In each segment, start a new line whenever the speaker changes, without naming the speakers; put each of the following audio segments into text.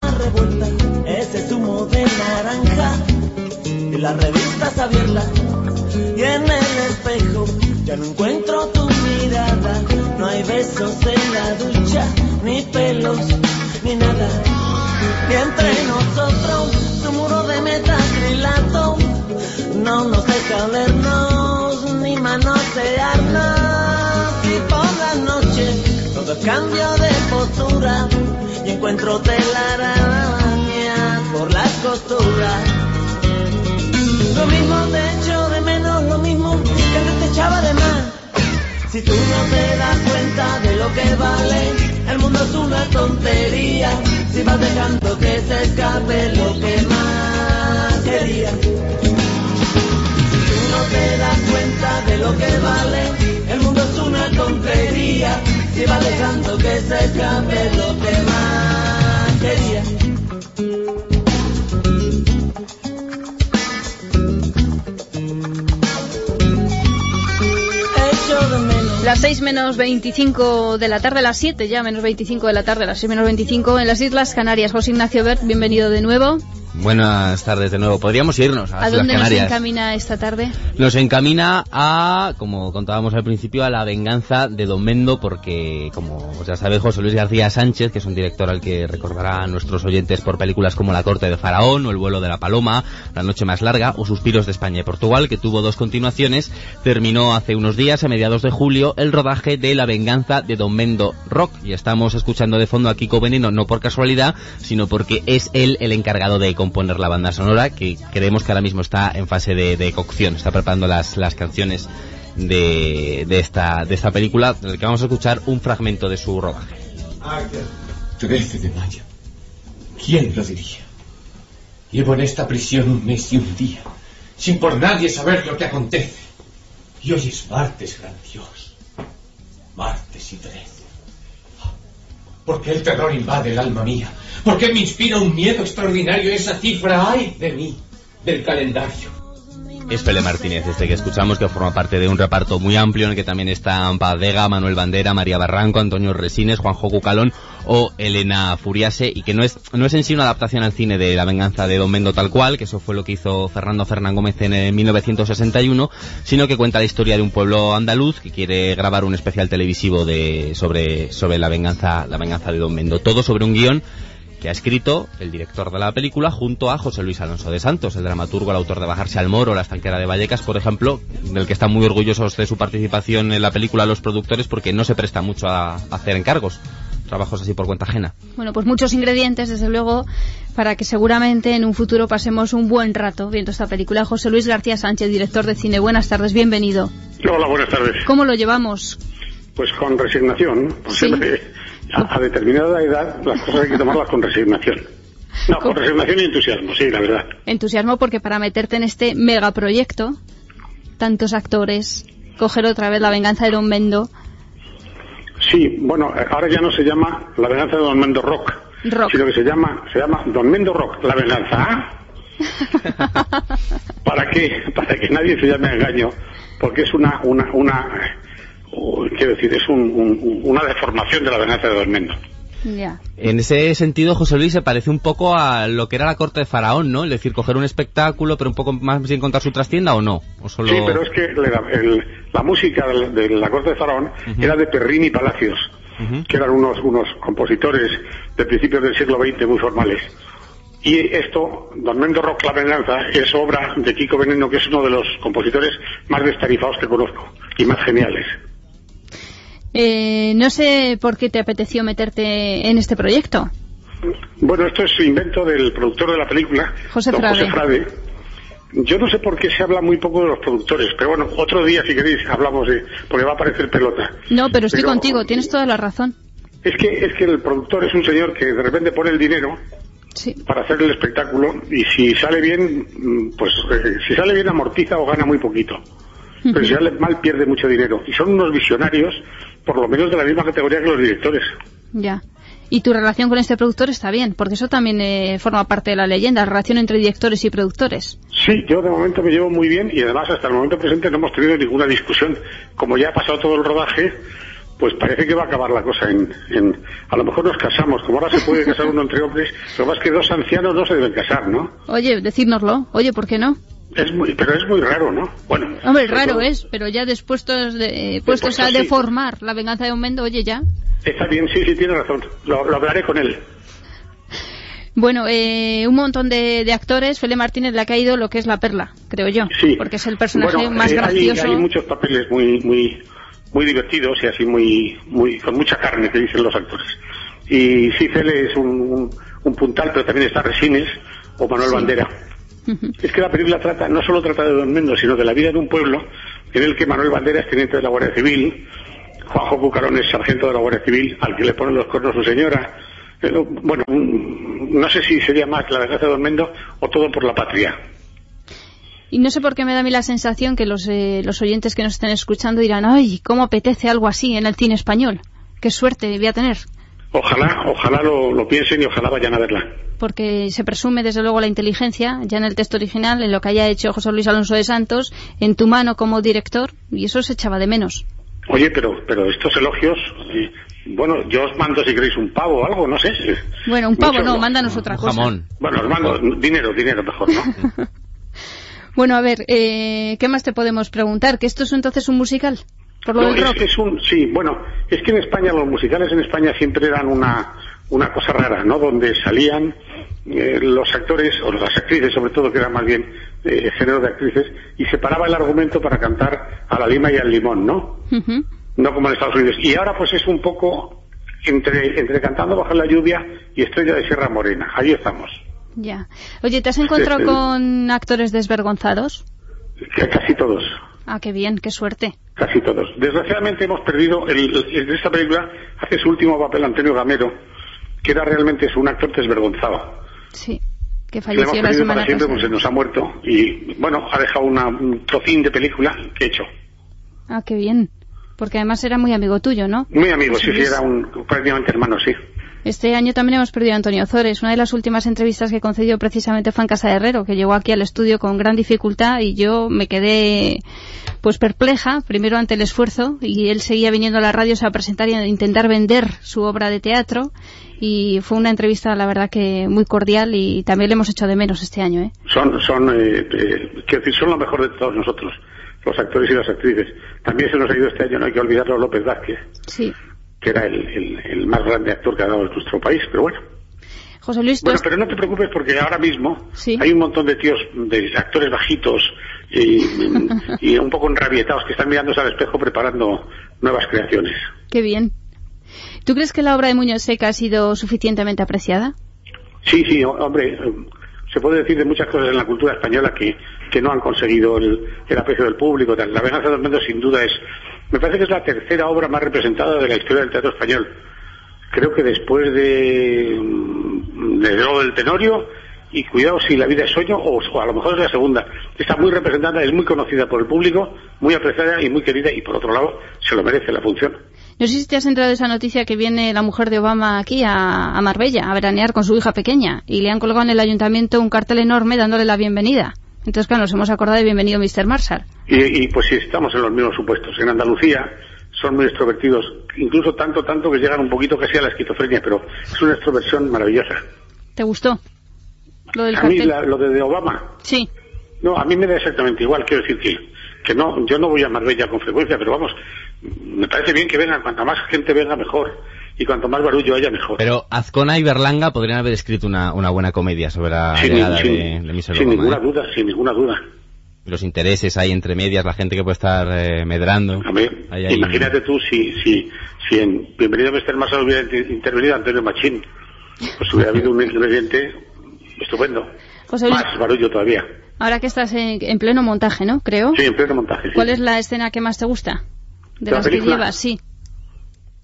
de vuelta ese zumo de naranja y las revistas abiertas y en el espejo ya no encuentro tu mirada no hay besos en la ducha ni pelos ni nada y entre nosotros tu muro de metacrilato no nos deja vernos ni manosearnos y por la noche todo cambio de postura y encuentro telarañas por las costuras. Lo mismo te echo de menos, lo mismo que antes te echaba de más. Si tú no te das cuenta de lo que vale, el mundo es una tontería. Si vas dejando que se escape lo que más quería. Si tú no te das cuenta de lo que vale, el mundo es una tontería. Si vas dejando que se escape lo que más quería. Echo de menos.
Las 6 menos 25 de la tarde, las 7 ya menos 25 de la tarde, las 6 menos 25 en las Islas Canarias. José Ignacio Bert, bienvenido de nuevo.
Buenas tardes de nuevo. Podríamos irnos a,
¿A
las
dónde nos
Canarias.
encamina esta tarde?
Nos encamina a, como contábamos al principio, a la venganza de Don Mendo, porque, como ya sabe José Luis García Sánchez, que es un director al que recordará a nuestros oyentes por películas como La Corte de Faraón, o El vuelo de la paloma, La noche más larga, o Suspiros de España y Portugal, que tuvo dos continuaciones, terminó hace unos días, a mediados de julio, el rodaje de La venganza de Don Mendo Rock. Y estamos escuchando de fondo a Kiko Veneno, no por casualidad, sino porque es él el encargado de componer la banda sonora, que creemos que ahora mismo está en fase de, de cocción, está preparando las, las canciones de, de esta, de esta película, del que vamos a escuchar un fragmento de su rodaje.
13 de mayo. ¿Quién lo diría? Llevo en esta prisión un mes y un día, sin por nadie saber lo que acontece. Y hoy es martes grandioso. Martes y 13. ¿Por qué el terror invade el alma mía? ¿Por qué me inspira un miedo extraordinario esa cifra? ¡Ay de mí! Del calendario.
Es Pele Martínez, este que escuchamos, que forma parte de un reparto muy amplio en el que también están Padega, Manuel Bandera, María Barranco, Antonio Resines, Juanjo Cucalón o Elena Furiase, y que no es, no es en sí una adaptación al cine de La venganza de Don Mendo tal cual, que eso fue lo que hizo Fernando Fernán Gómez en eh, 1961, sino que cuenta la historia de un pueblo andaluz que quiere grabar un especial televisivo de, sobre, sobre la venganza, la venganza de Don Mendo. Todo sobre un guión que ha escrito el director de la película junto a José Luis Alonso de Santos, el dramaturgo, el autor de Bajarse al Moro, La estanquera de Vallecas, por ejemplo, del que están muy orgullosos de su participación en la película los productores porque no se presta mucho a, a hacer encargos, trabajos así por cuenta ajena.
Bueno, pues muchos ingredientes, desde luego, para que seguramente en un futuro pasemos un buen rato viendo esta película. José Luis García Sánchez, director de cine. Buenas tardes, bienvenido.
Hola, buenas tardes.
¿Cómo lo llevamos?
Pues con resignación. ¿no? Pues
Sí.
siempre, a, a determinada edad las cosas hay que tomarlas con resignación. No, con
Con-
resignación y entusiasmo, sí, la verdad.
Entusiasmo porque para meterte en este megaproyecto, tantos actores, coger otra vez la venganza de Don Mendo,
Sí, bueno, eh, ahora ya no se llama La venganza de Don Mendo Rock,
Rock.
sino que se llama, se llama Don Mendo Rock, La venganza. ¿Ah? ¿Para qué? Para que nadie se llame a engaño, porque es una, una, una eh, oh, quiero decir, es un- un- un- una deformación de La venganza de Don Mendo.
Ya.
En ese sentido, José Luis se parece un poco a lo que era la corte de Faraón, ¿no? Es decir, coger un espectáculo, pero un poco más sin contar su trastienda o no. O solo...
Sí, pero es que la, el- la música del- de la corte de Faraón era de Perrini Palacios, que eran unos, unos compositores de principios del siglo XX muy formales. Y esto, Don Mendo Rock La Venganza, es obra de Kiko Veneno, que es uno de los compositores más destarifados que conozco y más geniales.
Eh, no sé por qué te apeteció meterte en este proyecto.
Bueno, esto es invento del productor de la película,
José
don José
Frade.
Frade. Yo no sé por qué se habla muy poco de los productores, pero bueno, otro día, si queréis, hablamos de. porque va a aparecer pelota.
No, pero estoy
Pero-
contigo, tienes toda la razón.
Es que, es que el productor es un señor que de repente pone el dinero
Sí.
para hacer el espectáculo y si sale bien, mm, pues eh, si sale bien amortiza o gana muy poquito. Pero si sale mal pierde mucho dinero. Y son unos visionarios, por lo menos de la misma categoría que los directores.
Ya. Y tu relación con este productor está bien, porque eso también eh, forma parte de la leyenda, la relación entre directores y productores.
Sí, yo de momento me llevo muy bien y además hasta el momento presente no hemos tenido ninguna discusión. Como ya ha pasado todo el rodaje, pues parece que va a acabar la cosa en, en- a lo mejor nos casamos como ahora se puede casar uno entre hombres lo que pasa es que dos ancianos no se deben casar no
Oye, decírnoslo. Oye, ¿por qué no?
es muy pero es muy raro no bueno
Hombre,
eso-
raro es, pero ya después tos de- eh, puestos
Después
a
así.
deformar la venganza de Omendo, oye, ya.
está bien sí sí tiene razón lo, lo hablaré con él
Bueno, eh, un montón de, de actores. Fele Martínez le ha caído lo que es la perla, creo yo.
sí
Porque es el personaje
Bueno,
más
eh, hay-
gracioso.
hay, muchos papeles muy muy muy divertidos y así muy muy con mucha carne que dicen los actores y sí Cele es un, un- un puntal pero también está Resines o Manuel Bandera
Ujú.
Es que la película trata, no solo trata de Don Mendo, sino de la vida de un pueblo en el que Manuel Bandera es teniente de la Guardia Civil, Juanjo Bucarón es sargento de la Guardia Civil, al que le ponen los cuernos su señora. Eh, Bueno, un- no sé si sería más la venganza de Don Mendo o todo por la patria.
Y no sé por qué me da a mí la sensación que los, eh, los oyentes que nos estén escuchando dirán, ay, cómo apetece algo así en el cine español. Qué suerte voy a tener.
Ojalá, ojalá lo, lo piensen y ojalá vayan a verla.
Porque se presume, desde luego, la inteligencia, ya en el texto original, en lo que haya hecho José Luis Alonso de Santos, en tu mano como director, y eso se echaba de menos.
Oye, pero, pero estos elogios, eh, bueno, yo os mando si queréis un pavo o algo, no sé.
Bueno, un pavo
Mucho
no,
no.
mándanos otra
Un
cosa.
jamón.
Bueno, os mando dinero, dinero mejor, ¿no?
Bueno, a ver, eh, ¿qué más te podemos preguntar? ¿Que esto es entonces un musical? Por lo
No,
del
es,
rock.
es un, sí, bueno, es que en España los musicales en España siempre eran una, una cosa rara, ¿no? Donde salían eh, los actores, o las actrices sobre todo, que era más bien eh, género de actrices, y se paraba el argumento para cantar a la lima y al limón, ¿no?
Ujú.
No como en Estados Unidos. Y ahora pues es un poco entre, entre cantando bajo la lluvia y estrella de Sierra Morena. Ahí estamos.
Ya. Oye, ¿te has encontrado
Sí, sí.
con actores desvergonzados?
Que Casi todos.
Ah, qué bien, qué suerte.
Casi todos. Desgraciadamente hemos perdido, el, el- en esta película hace su último papel Antonio Gamero, que era realmente es un actor desvergonzado.
Sí, que
Le hemos
falleció la
perdido para
semana
siempre,
pasada.
pues se nos ha muerto. Y bueno, ha dejado una, un trocín de película que he hecho.
Ah, qué bien. Porque además era muy amigo tuyo, ¿no?
Muy amigo, sí, sí,
Luis.
era un, prácticamente hermano, sí.
Este año también hemos perdido a Antonio Zores. Una de las últimas entrevistas que concedió precisamente fue en Casa de Herrero, que llegó aquí al estudio con gran dificultad y yo me quedé pues perpleja, primero ante el esfuerzo, y él seguía viniendo a las radios a presentar y a intentar vender su obra de teatro. Y fue una entrevista, la verdad, que muy cordial y también le hemos hecho de menos este año, ¿eh?
Son, son, eh, eh, quiero decir, son lo mejor de todos nosotros, los actores y las actrices. También se nos ha ido este año, no hay que olvidarlo, a López Vázquez,
Sí.
que era el, el- el más grande actor que ha dado nuestro país, pero bueno.
José Luis, tú
Bueno,
has-
pero no te preocupes porque ahora mismo
Sí.
hay un montón de tíos, de actores bajitos y, y un poco enrabietados que están mirándose al espejo preparando nuevas creaciones.
qué bien. ¿Tú crees que la obra de Muñoz Seca ha sido suficientemente apreciada?
Sí, sí, ho- hombre, eh, se puede decir de muchas cosas en la cultura española que, que no han conseguido el, el aprecio del público. tal. La venganza de los Mendos sin duda es, me parece que es la tercera obra más representada de la historia del teatro español. Creo que después de, mm, de Drogo del Tenorio y cuidado si la vida es sueño o, o a lo mejor es la segunda. Está muy representada, es muy conocida por el público, muy apreciada y muy querida y por otro lado se lo merece la función.
No sé si te has enterado de esa noticia que viene la mujer de Obama aquí a, a Marbella a veranear con su hija pequeña y le han colgado en el ayuntamiento un cartel enorme dándole la bienvenida. Entonces, claro, nos hemos acordado de bienvenido Mr. Marshall.
Y, y, pues sí, estamos en los mismos supuestos. En Andalucía son muy extrovertidos, incluso tanto, tanto que llegan un poquito casi a la esquizofrenia, pero es una extroversión maravillosa.
¿Te gustó? Lo del
A mí
cartel.
la- lo de, de Obama,
Sí.
no, a mí me da exactamente igual, quiero decir que, que no, yo no voy a Marbella con frecuencia, pero vamos, me parece bien que vengan, cuanta más gente venga mejor, y cuanto más barullo haya mejor.
Pero Azcona y Berlanga podrían haber escrito una, una buena comedia sobre la
sin,
llegada
sin-
de, de Michelle
sin
Obama,
ninguna
¿eh?
duda, sin ninguna duda.
Los intereses ahí entre medias, la gente que puede estar eh, medrando.
A ver,
Ahí hay-
imagínate tú si, si, si en Bienvenido a Mr. Massa hubiera inter- intervenido Antonio Machín. Pues hubiera habido un ingrediente estupendo.
José Luis,
Más barullo todavía.
ahora que estás en, en pleno montaje, ¿no? Creo.
Sí, en pleno montaje. sí.
¿Cuál es la escena que más te gusta? De
¿La
las que
película?
llevas, sí.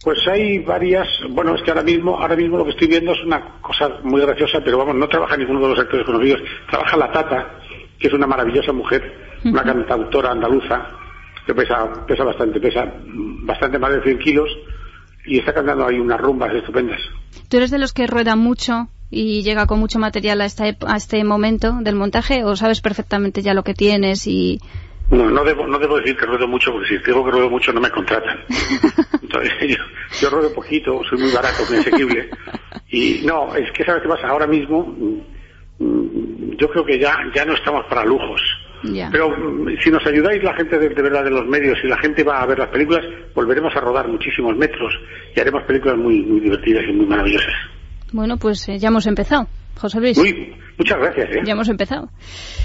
Pues hay varias. Bueno, es que ahora mismo, ahora mismo lo que estoy viendo es una cosa muy graciosa, pero vamos, no trabaja ninguno de los actores conocidos. Trabaja la Tata, que es una maravillosa mujer, una cantautora andaluza, que pesa, pesa bastante, pesa mm, bastante más de 100 kilos, y está cantando ahí unas rumbas estupendas.
¿Tú eres de los que rueda mucho y llega con mucho material a, esta ep- a este momento del montaje o sabes perfectamente ya lo que tienes y
No, no debo, no debo decir que ruedo mucho, porque si digo que ruedo mucho no me contratan. Entonces, yo, yo ruedo poquito, soy muy barato, muy asequible. Y no, es que sabes qué pasa, ahora mismo mm, yo creo que ya, ya no estamos para lujos.
Ya.
Pero mm, si nos ayudáis la gente de, de verdad de los medios y la gente va a ver las películas, volveremos a rodar muchísimos metros y haremos películas muy, muy divertidas y muy maravillosas.
Bueno, pues eh, ya hemos empezado, José Luis.
Muy, muchas gracias. ¿eh?
Ya hemos empezado.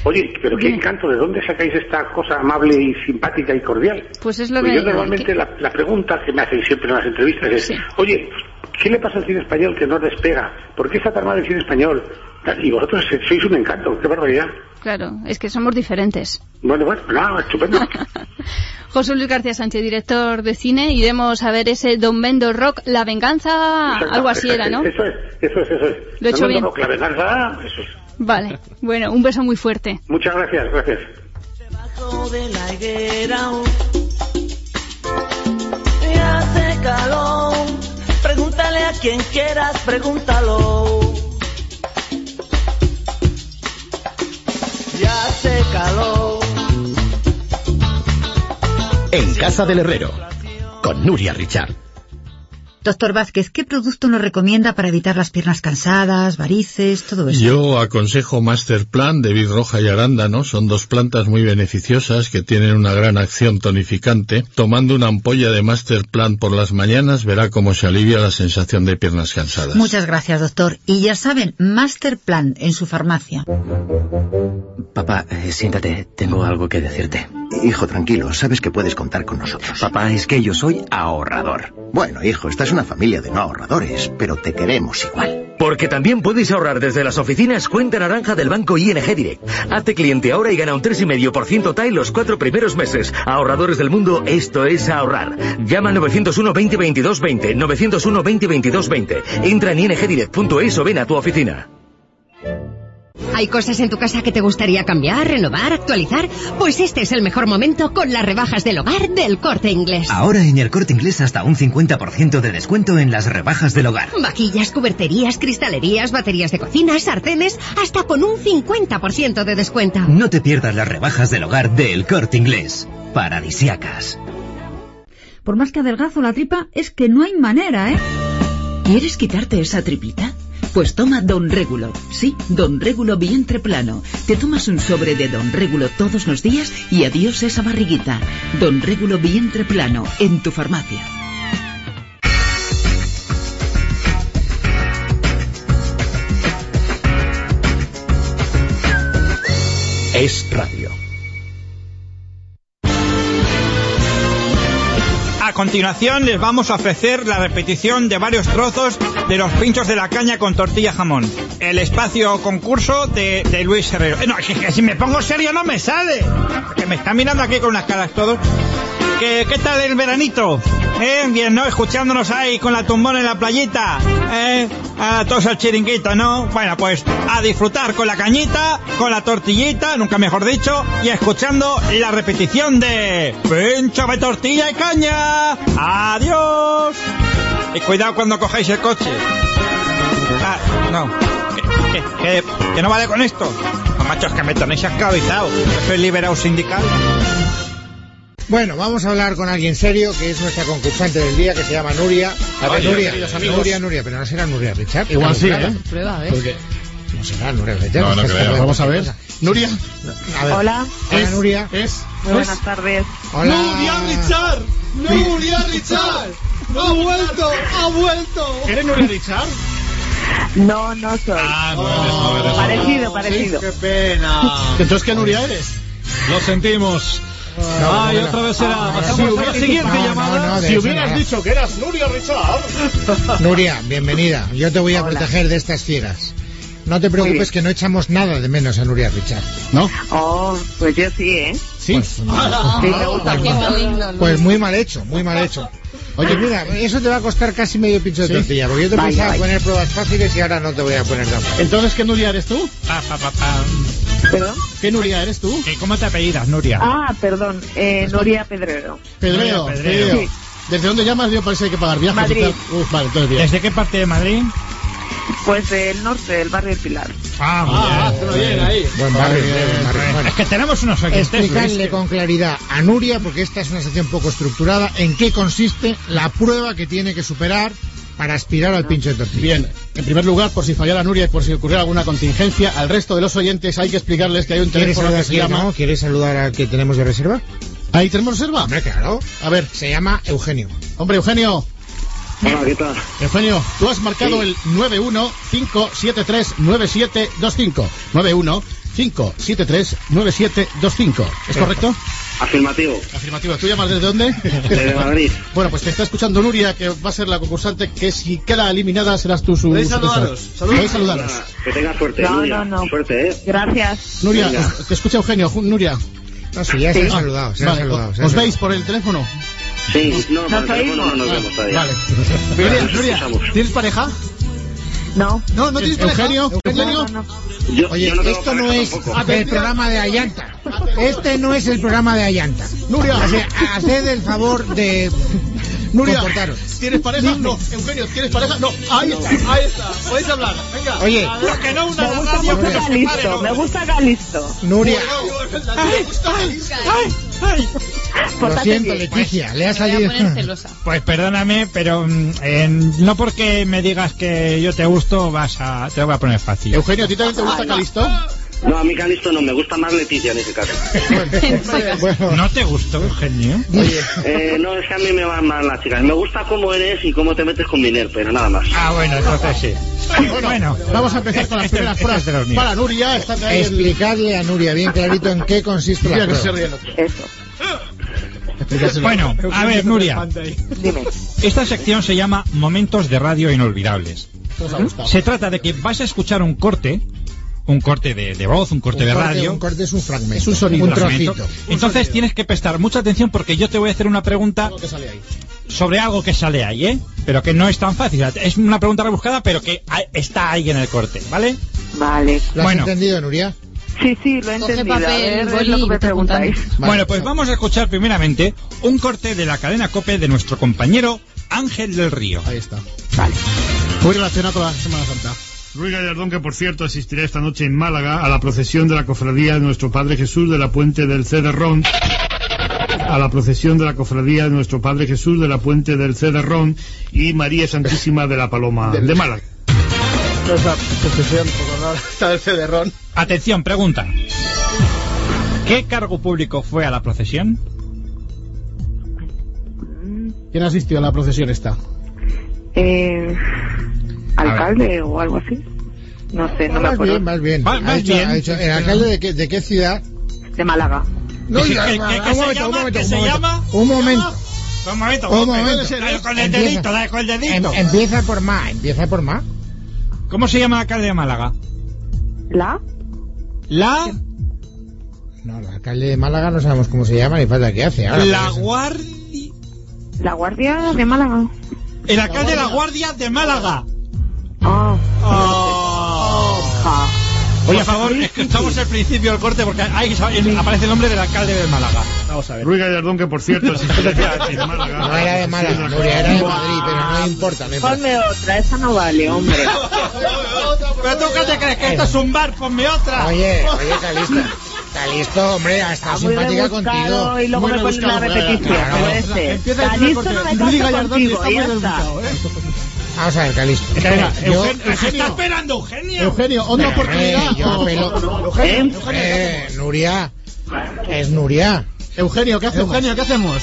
Oye, pero qué
Dime.
encanto, ¿de dónde sacáis esta cosa amable y simpática y cordial?
Pues es lo
Pues
que-
yo normalmente
que-
la, la pregunta que me hacen siempre en las entrevistas es,
Sí.
oye, ¿qué le pasa al cine español que no despega? ¿Por qué está tan mal el cine español? Y vosotros sois un encanto, qué barbaridad.
Claro, es que somos diferentes.
Bueno, bueno, no, estupendo.
José Luis García Sánchez, director de cine, iremos a ver ese Don Vendo Rock, La Venganza,
Exacto,
Ah, algo así
exacto.
era, ¿no?
Eso es, eso es, eso es.
Lo he hecho
No, no,
bien.
no, la venganza, eso es.
Vale, bueno, un beso muy fuerte.
Muchas gracias, gracias.
Debajo de la higuera y hace calor. Pregúntale a quien quieras, pregúntalo. Ya hace calor.
En Casa del Herrero, con Nuria Richard.
Doctor Vázquez, ¿qué producto nos recomienda para evitar las piernas cansadas, varices, todo eso?
Yo aconsejo Master Plan de vid roja y arándano. Son dos plantas muy beneficiosas que tienen una gran acción tonificante. Tomando una ampolla de Master Plan por las mañanas verá cómo se alivia la sensación de piernas cansadas.
Muchas gracias, doctor. Y ya saben, Master Plan en su farmacia.
Papá, eh, siéntate, tengo algo que decirte.
Hijo, tranquilo, sabes que puedes contar con nosotros.
Papá, es que yo soy ahorrador.
Bueno, hijo, esta es una familia de no ahorradores, pero te queremos igual.
Porque también puedes ahorrar desde las oficinas cuenta naranja del banco ING Direct. Hazte cliente ahora y gana un 3,5% TAI los cuatro primeros meses. Ahorradores del mundo, esto es ahorrar. Llama al 901-2022-20, 901-2022-20. Entra en ingdirect.es o ven a tu oficina.
¿Hay cosas en tu casa que te gustaría cambiar, renovar, actualizar? Pues este es el mejor momento con las rebajas del hogar del corte inglés.
Ah.
Ahora en el corte inglés hasta un 50% de descuento en las rebajas del hogar.
Vaquillas, cuberterías, cristalerías, baterías de cocina, sartenes, hasta con un 50% de descuento.
No te pierdas las rebajas del hogar del corte inglés. Paradisiacas.
Por más que adelgazo la tripa, es que no hay manera, ¿eh? ¿Quieres quitarte esa tripita? Pues toma Don Regulo. Sí, Don Regulo vientre plano. Te tomas un sobre de Don Regulo todos los días y adiós esa barriguita. Don Regulo vientre plano en tu farmacia.
Es radio.
A continuación les vamos a ofrecer la repetición de varios trozos de los pinchos de la caña con tortilla jamón. El espacio concurso de, de Luis Herrero. Eh, no, que, que si me pongo serio no me sale. Que me están mirando aquí con unas caras todos. ¿Qué, qué tal el veranito? ¿Eh? Bien, ¿no? Escuchándonos ahí con la tumbona en la playita. ¿Eh? A todos al chiringuito, ¿no? Bueno, pues a disfrutar con la cañita, con la tortillita, nunca mejor dicho, y escuchando la repetición de... ¡Pincho de tortilla y caña! ¡Adiós! Y cuidado cuando cogéis el coche. Ah, no. Que, que- que- que no vale con esto. No, machos, que me tenéis esclavizado. Que soy liberado sindical.
Bueno, vamos a hablar con alguien serio, que es nuestra concursante del día, que se llama Nuria. A ver,
Vaya,
Nuria,
queridos
Nuria,
amigos.
Nuria, Nuria, pero no será Nuria Richard.
Igual sí,
Claro.
¿eh?
Prueba,
Porque no será Nuria Richard.
No, no
Estás
creo.
hablando de
Vamos a
cualquier
ver.
cosa. Nuria. A ver.
Hola.
Hola,
Es-
Nuria.
es-
Muy buenas tardes.
Hola.
Nuria
Richard.
Nuria Richard.
¡Ha vuelto! ¡Ha vuelto!
¿Eres Nuria Richard?
No, no soy. Oh, Parecido, parecido.
qué pena.
Entonces, ¿qué Nuria
Pues,
eres? Lo sentimos.
No,
Ay,
no, no.
otra vez será.
Ah,
Pasamos
si
a la
hubiera-
siguiente
no, no,
llamada.
no, de
si
eso
hubieras
nada.
dicho que eras Nuria Richard.
Nuria, bienvenida. Yo te voy a proteger de estas fieras. No te preocupes que no echamos nada de menos a Nuria Richard. ¿No?
Oh, pues yo sí, ¿eh?
Sí. Pues,
Sí, me gusta mucho.
Pues muy mal hecho, muy mal hecho. Oye, mira, eso te va a costar casi medio pincho de
Sí.
tortilla, porque yo te
Vaya,
pensaba
vaya.
poner pruebas fáciles y ahora no te voy a poner tan fáciles.
Entonces, ¿qué Nuria eres tú? ¿Qué Nuria eres tú?
¿Cómo te apellidas, Nuria?
Ah, perdón, eh, Nuria Pedrero.
Pedreo,
Nuria
Pedreo.
Pedrero.
¿Desde dónde llamas? Yo parece que hay que pagar viajes. y
Madrid.
tal. Uf, vale, entonces bien.
¿Desde qué parte de Madrid?
Pues del norte, del barrio del Pilar.
Ah,
Ah, hazlo bien ahí.
Buen barrio, buen barrio. Bueno,
Es que tenemos unos
Explicarle con claridad a Nuria, porque esta es una sección poco estructurada, en qué consiste la prueba que tiene que superar para aspirar al pincho de tortilla.
Bien, en primer lugar, por si fallara Nuria y por si ocurriera alguna contingencia, al resto de los oyentes hay que explicarles que hay un
¿Quieres
teléfono
saludar,
que se llama...
no? ¿Quieres saludar al que tenemos de reserva?
¿Ahí tenemos reserva?
Hombre, claro.
A ver.
Se llama Eugenio.
Hombre, Eugenio.
Hola, ¿qué tal?
Eugenio, tú has marcado el 915739725. 915739725. ¿Es correcto?
Afirmativo.
Afirmativo. ¿Tú llamas desde dónde?
Desde Madrid.
Bueno, pues te está escuchando Nuria, que va a ser la concursante, que si queda eliminada serás tú su...
Podéis
su
saludaros,
persona.
saludaros.
Podéis saludaros.
Que tengas suerte,
No,
Nuria.
no, no.
Suerte, ¿eh?
Gracias.
Nuria,
Venga.
os- te escucha Eugenio. Ju- Nuria.
No, Ah, sí, ya se han saludado, se han
vale,
saludado,
o-
se han
¿Os
saludado.
veis por el teléfono?
Sí, no, por
Nos
el teléfono
oímos.
no nos
Vale,
vemos todavía.
vale.
Pero
Nuria,
nos
Nuria,
escuchamos.
¿tienes pareja?
No.
No, no tienes pareja.
Eugenio,
Eugenio.
Yo,
Oye,
yo no tengo
esto
pareja
no es
tampoco.
el programa de Ayanta. Este no es el programa de Ayanta.
Nuria.
O sea, haced el favor de
Nuria,
comportaros.
¿tienes pareja? No. Eugenio, ¿tienes pareja? No. Ahí está, ahí está. Podéis hablar. Venga.
Oye.
Lo que no una
Me gusta
radio que
mucho
nos separe,
Galisto,
¿no?
me gusta Galisto.
Nuria,
Ay, ay, ay, ay.
lo
Pórtate
siento,
bien.
Leticia, le ha
Me voy a
salido.
poner celosa.
Pues perdóname, pero mm, eh, no porque me digas que yo te gusto vas a te lo voy a poner fácil.
Eugenio, ¿a ti también te gusta Calisto?
No, a mí Calisto no, me gusta más Leticia en ese caso.
Bueno,
¿No te gustó, Eugenio?
oye,
Eh, no, es que a mí me van mal las chicas. Me gusta cómo eres y cómo te metes con Miner, pero nada más.
Ah, bueno, entonces sí. Bueno,
Vamos a empezar con las
Este-
primeras
este es de los
frases.
míos.
Para Nuria, está ahí el...
explicadle a Nuria bien clarito en qué consiste la
Mira que se
prueba.
ríe el otro.
Eso,
Explícaselo.
Bueno, a ver, Nuria.
dime.
Esta sección se llama Momentos de Radio Inolvidables.
Nos ha gustado.
Se trata de que vas a escuchar un corte, un corte de, de voz, un corte
Un
de
corte-
radio.
Un corte es un fragmento.
Es un sonido.
Un
fragmento.
trocito.
Entonces tienes que prestar mucha atención porque yo te voy a hacer una pregunta
Lo que sale ahí.
sobre algo que sale ahí, ¿eh? Pero que no es tan fácil. Es una pregunta rebuscada, pero que a- está ahí en el corte, ¿vale?
Vale.
¿Lo has
Bueno.
entendido, Nuria?
Sí, sí, lo he
Coge
entendido.
papel,
a ver, es
boli,
lo que me
te apuntan.
preguntáis.
Vale,
bueno, pues
chao.
vamos a escuchar primeramente un corte de la cadena COPE de nuestro compañero Ángel del Río.
Ahí está.
Vale.
Muy relacionado con la Semana Santa.
Luis Gallardón, que por cierto asistirá esta noche en Málaga a la procesión de la cofradía de nuestro Padre Jesús de la Puente del Cederrón. A la procesión de la cofradía de nuestro Padre Jesús de la Puente del Cederrón y María Santísima de la Paloma de Málaga.
Esta posición un poco rara. Está el cederrón.
Atención, pregunta. ¿Qué cargo público fue a la procesión?
¿Quién asistió a la procesión esta?
Eh, ¿Alcalde o algo así? No sé, no me
Ah, Más bien,
acuerdo.
más bien.
Va-
Ha
más
dicho-
bien.
ha dicho, ¿El alcalde de qué, de qué ciudad?
De Málaga.
No,
Que-
ya,
que-
va,
que- que
un
se
momento,
llama,
un momento,
que
un
se
momento.
llama-
Un momento.
Un momento,
Un
Gómez,
momento.
dale con el
Empieza.
dedito, dale con el
Em-
dedito.
empieza por Ma, empieza por Ma.
¿Cómo se llama la alcalde de Málaga?
¿La?
La,
No, el alcalde de Málaga no sabemos cómo se llama ni falta que hace. Ahora,
la
por eso.
guardia,
¿La Guardia de Málaga?
el alcalde de la guardia de Málaga. Ah.
Ah. ja.
Oye, a favor, escuchamos el principio del corte porque ahí aparece el nombre del alcalde de Málaga.
Vamos a ver.
Luis Gallardón, que por cierto asistirá en Málaga. a
No
la
era de
procesión
Málaga,
la
Nuria, era de
cofradía-
Madrid, pero no importa. No importa.
Ponme Ah. otra, esa no vale, hombre.
Pero tú qué te crees que esto es un bar, ponme otra.
Oye, oye, Calisto. Calisto, hombre, ha estado
Está muy
simpática
rebuscado
contigo.
y luego
Ah, Muy
me pones la
rebuscado,
repetición.
claro,
no puede
empieza-
ser.
Empieza el primer
Calisto no me
corte.
caso
Luis Gallardón
contigo,
está
y
muy
ya está.
desbocado, ¿eh?
Vamos a ver, Calisto.
Venga,
Yo-
Ah,
Se
Eugen-
está
Eugenio,
esperando Eugenio.
Eugenio, onda
Hombre,
oportunidad.
yo
No,
apelo-
no, Eugenio,
¿Eh?
Eugenio, ¿qué hacemos?
Eh, Nuria. Es Nuria.
Eugenio, ¿qué hacemos? Eugenio, ¿qué hacemos?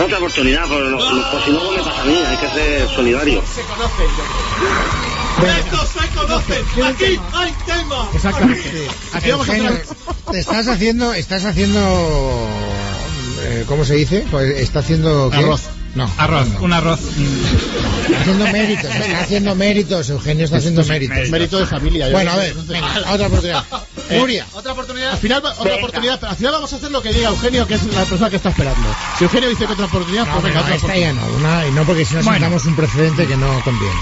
Otra oportunidad, por, lo- por si luego me pasa a mí, hay que ser solidario.
Se conocen. Estos se conocen. Aquí hay tema.
Exactamente.
Aquí vamos a
Eugenio,
tener-
te estás haciendo, estás haciendo, eh, ¿cómo se dice? Pues está haciendo ¿qué?
Arroz.
No,
Arroz,
no.
un arroz. mm.
Está haciendo méritos, está haciendo méritos, Eugenio está haciendo méritos.
Mérito de familia. yo
Bueno, a
creo.
ver, venga, otra oportunidad.
Eh,
Nuria.
Otra oportunidad. Al final, va- otra oportunidad. pero Al final vamos a hacer lo que diga Eugenio, que es la persona que está esperando. Si Eugenio dice que otra oportunidad,
No,
pues venga,
pero
otra
esta
oportunidad.
ya no, una, y no porque si no
Bueno.
sentamos un precedente que no conviene.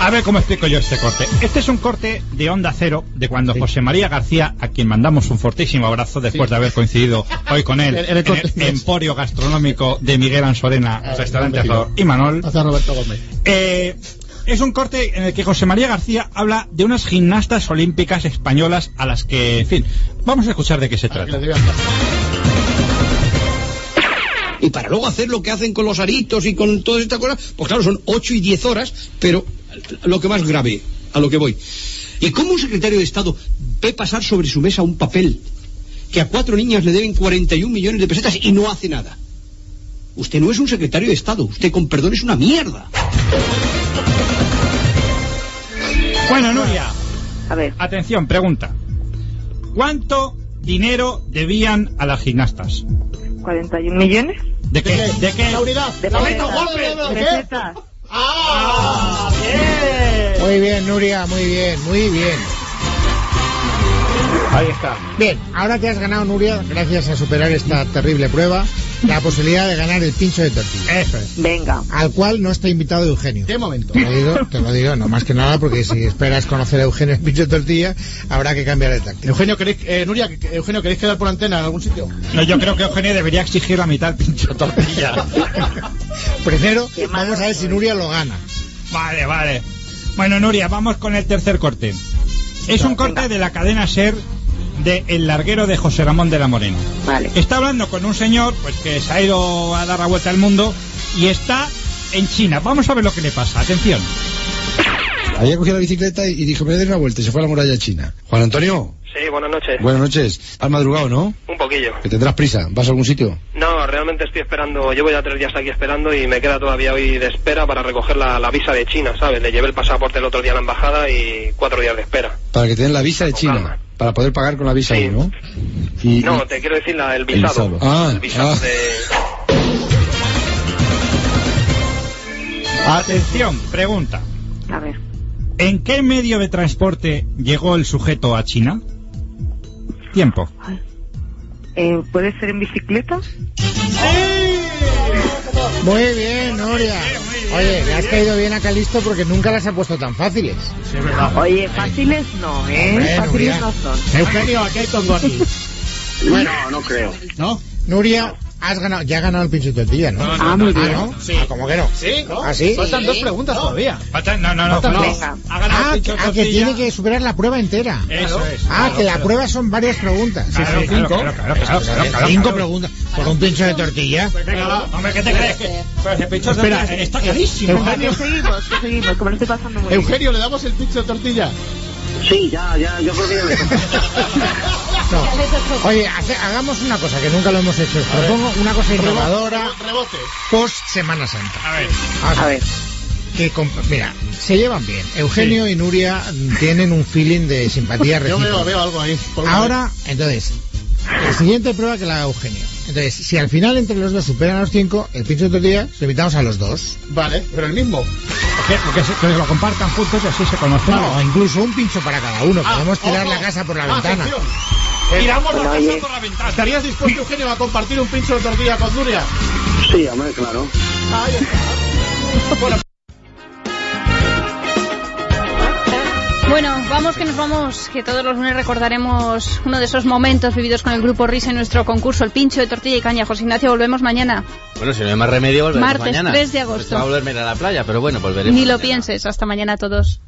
A ver cómo explico yo este corte. Este es un corte de Onda Cero de cuando José María García, a quien mandamos un fortísimo abrazo después de haber coincidido hoy con él
En- en
en
el
el,
corte.
emporio gastronómico de Miguel Ansorena,
Ah,
restaurante
no me
Azor y Manol,
Hace Roberto Gómez.
eh, es un corte en el que José María García habla de unas gimnastas olímpicas españolas a las que, en fin, vamos a escuchar de qué se trata.
Y para luego hacer lo que hacen con los aritos y con todas estas cosas, pues claro, son 8 y 10 horas, pero lo que más grave, a lo que voy. ¿Y cómo un secretario de Estado ve pasar sobre su mesa un papel que a cuatro niñas le deben 41 millones de pesetas y no hace nada? Usted no es un secretario de Estado, usted con perdón es una mierda.
Bueno, Nuria. A ver. Atención, pregunta. ¿Cuánto dinero debían a las gimnastas?
41 millones.
¿De qué? ¿De qué?
La unidad.
De
la unidad.
pesetas.
golpe.
De
¿De qué?
pesetas.
¡Ah! ¡Bien!
Muy bien, Nuria, muy bien, muy bien.
Ahí está.
Bien, ahora te has ganado, Nuria, gracias a superar esta terrible prueba, la posibilidad de ganar el pincho de tortilla.
Eso es.
Venga.
Al cual no está invitado Eugenio.
¿Qué momento?
Te lo digo, te lo digo, no más que nada, porque si esperas conocer a Eugenio el pincho de tortilla, habrá que cambiar de táctica.
Eugenio, ¿queréis, eh, Nuria, que- que- Eugenio, ¿queréis quedar por antena en algún sitio?
No, yo creo que Eugenio debería exigir la mitad del pincho tortilla.
Primero, vamos a ver si Nuria lo gana.
Vale, vale. Bueno, Nuria, vamos con el tercer corte. Es un corte de la cadena SER de El Larguero de José Ramón de la Morena.
Vale.
Está hablando con un señor pues que se ha ido a dar la vuelta al mundo y está en China. Vamos a ver lo que le pasa. Atención.
Había cogido la bicicleta y dijo, me voy a dar una vuelta y se fue a la muralla china. Juan Antonio,
Sí, buenas noches.
buenas noches. Has madrugado, ¿no?
Un poquillo.
Que tendrás prisa. ¿Vas a algún sitio?
No, realmente estoy esperando, llevo ya tres días aquí esperando y me queda todavía hoy de espera para recoger la, la visa de China, ¿sabes? Le llevé el pasaporte el otro día a la embajada y cuatro días de espera.
Para que te den la visa de China. Para poder pagar con la visa ahí, ¿no? Y-
No, te quiero decir la, el
El
visado.
visado. Ah,
el visado
ah.
de...
Atención, pregunta.
A ver.
¿En qué medio de transporte llegó el sujeto a China? Tiempo.
Eh, ¿Puede ser en bicicleta?
Muy bien, Nuria. Oye, le has caído bien a Calisto porque nunca las ha puesto tan fáciles.
Oye, fáciles no, ¿eh?
Hombre,
fáciles
Nuria.
no son.
Eugenio, aquí hay tongo aquí.
Bueno, no creo.
¿No? Nuria, has ganado, ya has ganado el pinche de tortilla, ¿no?
No, no, Ah, no, muy no. bien.
Ah, ¿no? Ah, ¿cómo que no?
¿Sí? ¿No?
¿Ah, sí?
Faltan dos preguntas todavía.
Faltan- no, no, no.
Faltan
no.
dos.
Ha ganado
Ah,
el
que,
pincho
ah, que
tortilla.
tiene que superar la prueba entera.
Eso es.
Ah,
Claro,
que la
claro.
prueba son varias preguntas.
Claro,
Sí, sí,
claro,
cinco.
claro, claro, claro,
Eso,
claro,
eh,
claro,
cinco
claro.
preguntas por un pincho de tortilla.
Venga, va. Hombre, ¿qué te crees? Que- Pero ese pincho
Espera,
tortilla está clarísimo.
eh. Eugenio.
¿Qué seguimos? ¿Qué seguimos? Que me lo estoy pasando muy bien.
Eugenio, ¿le damos el pincho de tortilla?
Sí, ya, ya, yo creo que
No. Oye, hace- hagamos una cosa que nunca lo hemos hecho. Os propongo una cosa innovadora
Rebote.
post Semana Santa.
A ver.
Vamos a ver. Que comp- mira, se llevan bien. Eugenio y Nuria mm, tienen un feeling de simpatía
Yo
recíproca.
veo, veo algo ahí. por lo
Ahora, entonces, la siguiente prueba que la haga Eugenio. Entonces, si al final entre los dos superan a los cinco, el pincho de tortilla se lo invitamos a los dos.
menos. Vale, pero el mismo.
Porque, porque se- que lo compartan juntos y así se conocen.
No, o incluso un pincho para cada uno. Podemos tirar
Ah, ojo.
la casa por la
Ah,
ventana.
atención. Tiramos la casa por la ventana. ¿Estarías dispuesto, Eugenio, a compartir un pincho de tortilla con Nuria?
Sí, hombre, claro.
Ahí está. Bueno,
Bueno, vamos que nos vamos, que todos los lunes recordaremos uno de esos momentos vividos con el grupo RIS en nuestro concurso, el pincho de tortilla y caña. José Ignacio, volvemos mañana.
Bueno, si no hay más remedio, volveremos
Martes
mañana.
3 de agosto.
Pues va a volverme a la playa, pero bueno, volveremos.
Ni lo pienses. Hasta mañana a todos.